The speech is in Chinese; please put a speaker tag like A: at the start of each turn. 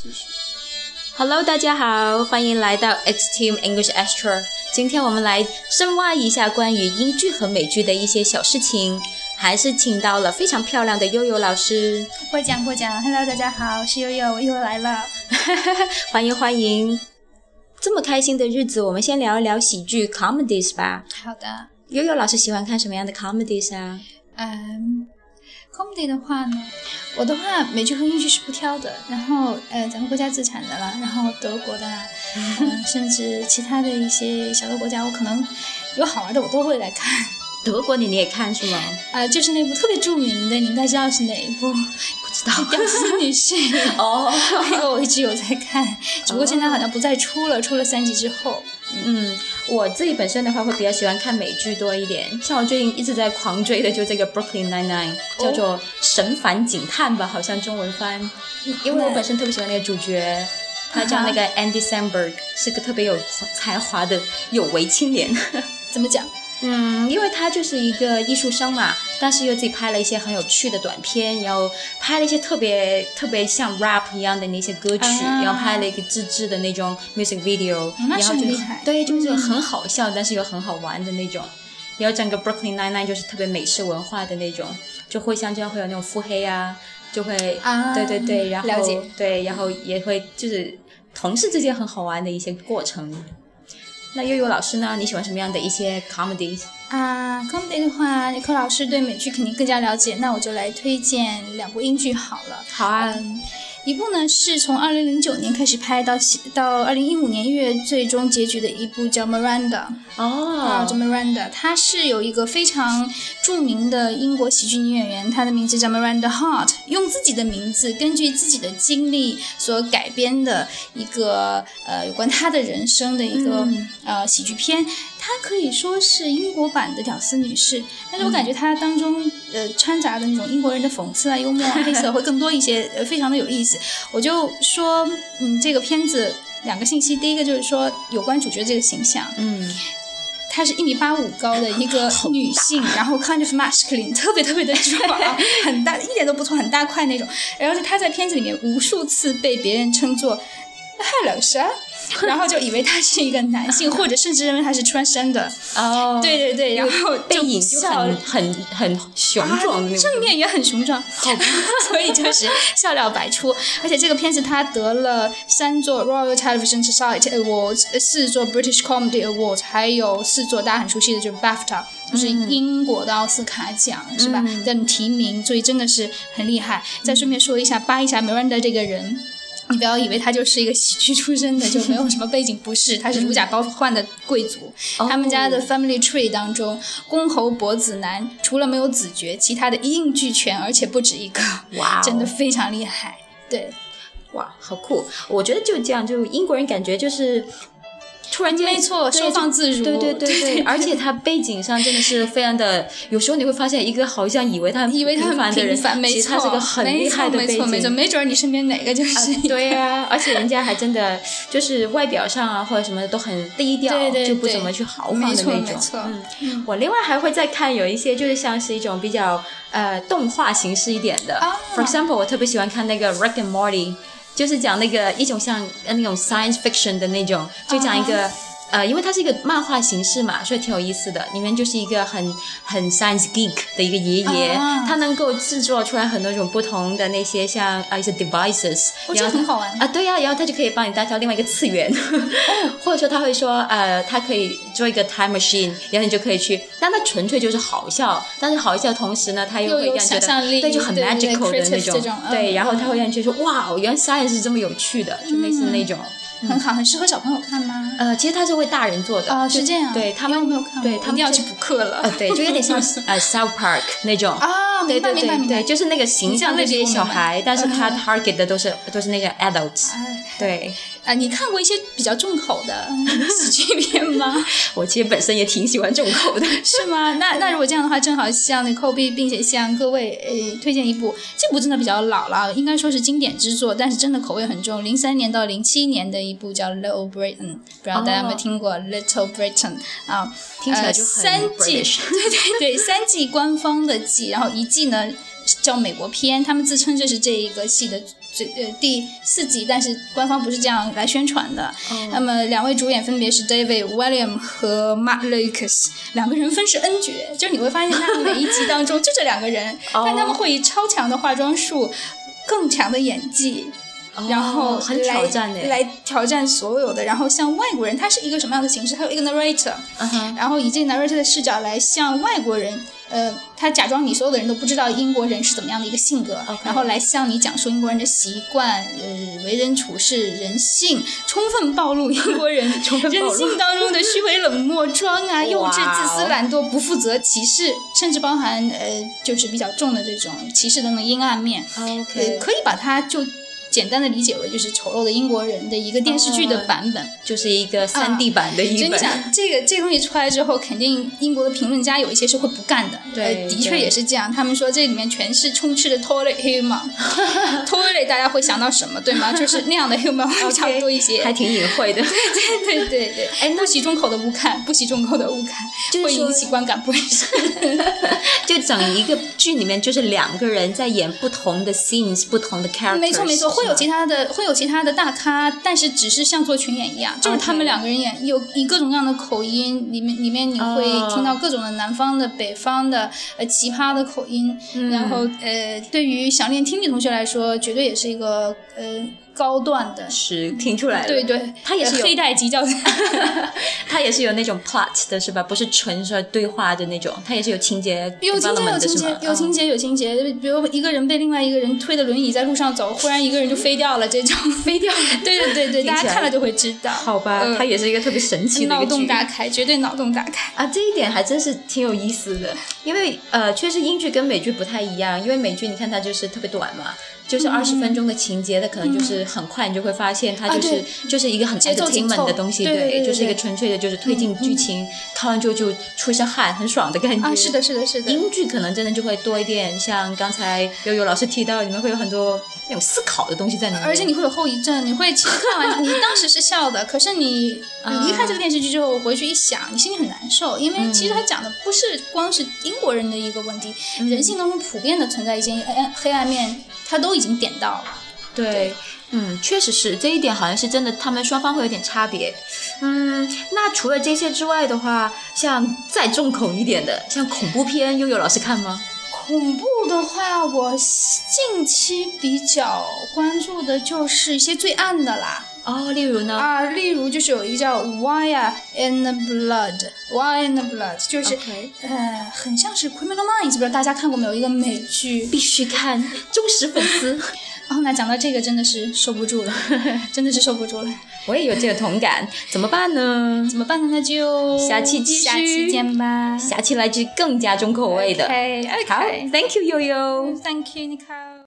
A: 继续。
B: Hello，大家好，欢迎来到 X Team English Extra。今天我们来深挖一下关于英剧和美剧的一些小事情，还是请到了非常漂亮的悠悠老师，
C: 过奖过奖，Hello，大家好，我是悠悠，我又来了。
B: 欢迎欢迎。这么开心的日子，我们先聊一聊喜剧 comedies 吧。
C: 好的，
B: 悠悠老师喜欢看什么样的 comedies 啊？
C: 嗯，comedy 的话呢，我的话美剧和英剧是不挑的，然后呃，咱们国家自产的啦，然后德国的啦，嗯，甚至其他的一些小的国家，我可能有好玩的我都会来看。
B: 德国你你也看是吗？
C: 呃，就是那部特别著名的，你应该知道是哪一部，
B: 不知道。
C: 《屌丝女 婿》
B: 哦，
C: 那个我一直有在看，只不过现在好像不再出了，出了三集之后。
B: 嗯，我自己本身的话会比较喜欢看美剧多一点，像我最近一直在狂追的就这个《Brooklyn Nine Nine》，叫做《神烦警探》吧，好像中文翻。嗯因为我本身特别喜欢那个主角，他叫那个 Andy Samberg，是个特别有才华的有为青年。
C: 怎么讲？
B: 嗯，因为他就是一个艺术生嘛，但是又自己拍了一些很有趣的短片，然后拍了一些特别特别像 rap 一样的那些歌曲，
C: 啊哦
B: 然后拍了一个自制的那种 music video，、
C: 那
B: 然
C: 是
B: 后
C: 很
B: 就
C: 厉害嗯
B: 对，就是很好笑，但是又很好玩的那种。然后整个 Brooklyn Nine Nine 就是特别美式文化的那种，就会像这样会有那种腹黑啊，就会，
C: 啊
B: 对对对，然后
C: 了解
B: 对，然后也会就是同事之间很好玩的一些过程。那悠悠老师呢？你喜欢什么样的一些 comedy？
C: 啊，comedy 的话，尼克老师对美剧肯定更加了解，那我就来推荐两部英剧好了。
B: 好啊，
C: 嗯，一部呢是从二零零九年开始拍到现到二零一五年一月最终结局的一部叫《Miranda》啊，
B: 哦
C: 叫《Miranda》，她是有一个非常著名的英国喜剧女演员，她的名字叫 Miranda Hart，用自己的名字根据自己的经历所改编的一个呃有关她的人生的一个、
B: 嗯
C: 呃喜剧片，它可以说是英国版的《屌丝女士》，但是我感觉它当中、呃掺杂的那种英国人的讽刺啊、幽默啊、黑色会更多一些，呃非常的有意思。我就说，嗯，这个片子两个信息，第一个就是说有关主角这个形象，
B: 嗯，
C: 她是一米八五高的一个女性，然后看着 masculine，特别特别的壮，很大，一点都不错，很大块那种。然后她在片子里面无数次被别人称作 “hello sir”，然啊后就以为她是一个男性，或者甚至认为她是穿山的。
B: 哦，
C: 对对嗯对，然后
B: 背
C: 就
B: 影就
C: 笑啊
B: 很很很雄壮的那种，
C: 正面也很雄壮， 所以就是笑料百出。而且这个片子它得了三座 Royal Television Society Awards，呃四座 British Comedy Awards，还有四座大家很熟悉的就是 BAFTA，就是英国的奥斯卡奖，是吧？的提名，所以真的是很厉害。再顺便说一下，扒一下 Miranda 这个人。你不要以为他就是一个喜剧出身的，就没有什么背景，不是，他是如假包换的贵族，
B: 哦
C: 哦他们家的 family tree 当中，公侯伯子男除了没有子爵，其他的一应俱全，而且不止一个，
B: 哇哦
C: 真的非常厉害。对，
B: 哇，哦好酷！我觉得就这样，就英国人感觉就是突然间，
C: 没错
B: 哦对
C: 收放
B: 就
C: 自如
B: 对对
C: 对
B: 对
C: 对
B: 对，而且他背景上真的是非常的，有时候你会发现一个好像以为他很
C: 以为他
B: 平
C: 很
B: 凡的
C: 平
B: 人，
C: 凡，没
B: 其实
C: 错，
B: 他是个很厉害的
C: 没
B: 背
C: 错没错没错，
B: 景。啊
C: 没准儿你身边哪个就是、
B: 对呀、而且人家还真的就是外表上啊或者什么的都很低调，
C: 对对
B: 就不
C: 对
B: 怎么去豪
C: 没
B: 放的
C: 错
B: 那
C: 没
B: 种。
C: 错，
B: 嗯，我另外还会再看有一些就是像是一种比较呃动画形式一点的、
C: 啊
B: f o r example，我特别喜欢看那个《Rick and Morty》，就是讲那个一种像呃那种 science fiction 的那种，就讲一个。呃，因为它是一个漫画形式嘛，所以挺有意思的。里面就是一个很很 science geek 的一个爷爷，
C: 啊
B: 他能够制作出来很多种不同的那些像啊一些 devices，
C: 我觉
B: 然后
C: 得很
B: 他
C: 好玩。哦
B: 啊，对呀、然后他就可以帮你搭到另外一个次元， 或者说他会说，呃，他可以做一个 time machine，然后你就可以去，但他纯粹就是好笑，但是好笑的同时呢，他
C: 又
B: 会
C: 有
B: 让你觉
C: 想象
B: 得
C: 力
B: 对，就很
C: 对对对
B: magical 的那
C: creative 这种嗯嗯
B: 对，然后他会让你觉得说，哇，原来 science 是这么有趣的，就类似那种，
C: 很好，很适合小朋友看吗？
B: 呃，其实他是为大人做的，
C: 啊，
B: 就是
C: 这样，
B: 呃对他们
C: 因为我没有看过，
B: 对他们
C: 一定要
B: 这
C: 去补课了。
B: 呃，对，就有点 像呃 South Park 那种。
C: 啊，
B: 对
C: 明白
B: 对
C: 明白
B: 对
C: 明白
B: 对，，就是那个形象
C: 类
B: 对
C: 比
B: 比
C: 我明
B: 小
C: 白嗯
B: 孩，但是他 target 的都是都是那些 adults，
C: 哎
B: 对。
C: 啊，你看过一些比较重口的 喜剧片吗？
B: 我其实本身也挺喜欢重口的。
C: 是吗？那那如果这样的话，正好向那 Kobe，并且向各位呃推荐一部，这部真的比较老了，应该说是经典之作，但是真的口味很重。零三年到零七年的一部叫《Little Britain》，不知道大家有没有听过《Little Britain》啊？
B: 听起来就
C: 呃、
B: 很
C: 三季，
B: British
C: 对对对， 三季官方的季，然后一季呢叫美国篇，他们自称这是这一个系的这呃第四季，但是官方不是这样来宣传的。
B: 哦
C: 那么两位主演分别是 David William 和 Mark Lucas，两个人分是恩角，就是你会发现他们每一集当中就这两 个人，
B: 哦
C: 但他们会以超强的化妆术、更强的演技，然后
B: 哦很
C: 来
B: 挑战的，
C: 来挑战所有的。然后像外国人，他是一个什么样的形式？他有一个 narrator，
B: 嗯哼，
C: 然后以这个 narrator 的视角来向外国人，呃，他假装你所有的人都不知道英国人是怎么样的一个性格
B: OK
C: 然后来向你讲述英国人的习惯，呃，为人处事、人性，充分暴露英 国人
B: 充分暴露
C: 人性当中的虚伪、冷漠、装啊、幼稚、
B: 哇哦
C: 自私、懒惰、不负责、歧视，甚至包含呃，就是比较重的这种歧视等等阴暗面。呃，
B: OK，
C: 可以把它就简单的理解为就是丑陋的英国人的一个电视剧的
B: 哦
C: 版本。
B: 就是一个三 D 版的
C: 所
B: 一
C: 以你
B: 本，
C: 想，这个这个东西出来之后，肯定英国的评论家有一些是会不干的。
B: 对
C: 呃的确
B: 对
C: 也是这样。他们说这里面全是充斥着 toilet humor。toilet 大家会想到什么，对吗？就是那样的 humor 会差不多一些。
B: 还挺隐晦 的。
C: 对对对对，哎，不喜众口的不看，不喜众口的误看，
B: 就是
C: 会
B: 说
C: 引起观感不适。
B: 就整一个剧里面，就是两个人在演不同的 scenes，不同的 characters。
C: 没错没错，会有其
B: 他
C: 他的会有其他的大咖，但是只是像做群演一样，就是
B: OK
C: 他们两个人演，有以各种各样的口音，里面里面你会
B: 哦
C: 听到各种的南方的、北方的、呃奇葩的口音，
B: 嗯
C: 然后呃，对于想练听力同学来说，绝对也是一个呃高段的，
B: 是听出来了，
C: 对，对，
B: 他也是
C: 呃
B: 有
C: 黑带 级教材。
B: 他也是有那种 plot 的是吧？不是纯说对话的那种，他也是有情节，
C: 有情节，有
B: development 的
C: 情
B: 是
C: 节
B: 吗，
C: 有情节，有情节。比如一个人被另外一个人推着轮椅在路上走，忽然一个人就飞掉了，这种飞掉。 对对对对，
B: 听
C: 大
B: 起
C: 家
B: 来
C: 看了就会知道。
B: 好吧，
C: 嗯
B: 他也是一个特别神奇的一
C: 脑
B: 个
C: 洞
B: 剧
C: 大开，绝对脑洞大开。
B: 啊，这一点还真是挺有意思的，因为呃，确实英剧跟美剧不太一样，因为美剧你看它就是特别短嘛，就是二十分钟的情节，它可能就是很快你就会发现它
C: 嗯啊
B: 就是、
C: 对
B: 就是一个很
C: 节奏紧
B: entertainment
C: 凑
B: 的东西，
C: 对对对
B: 就是一个
C: 对嗯
B: 纯粹的就是推进剧情，看完之后就出一身汗，很爽的感觉。
C: 啊，是的，是的，是的。
B: 英剧可能真的就会多一点，像刚才悠悠老师提到，你们会有很多那种思考的东西在里面。
C: 而且你会有后遗症，你会其实看 完你当时是笑的，可是你
B: 啊
C: 离开这个电视剧之后回去一想，你心里很难受，因为其实它讲的不是光是英国人的一个问题，人性当中普遍的存在一些黑暗黑暗面，它都已经点到了。
B: 对，嗯，确实是这一点，好像是真的，他们双方会有点差别。嗯，那除了这些之外的话，像再重口一点的，像恐怖片，悠悠老师看吗？
C: 恐怖的话，我近期比较关注的就是一些最暗的啦。
B: 哦，例如呢？
C: 啊，例如就是有一个叫 Wire in the Blood，Wire in the Blood，就是。
B: OK
C: 呃，很像是《Criminal Minds》，不知道大家看过没有？一个美剧
B: 必须看，忠实粉丝，
C: 哦，那讲到这个真的是受不住了， 真的是受不住了，
B: 我也有这个同感，怎么办呢？
C: 怎么办呢？那就
B: 下期继
C: 下期
B: 续
C: 见吧。
B: 下期来句更加重口味的。
C: OK
B: 好
C: OK，
B: ，Thank you，悠悠。
C: Thank you，Nicole。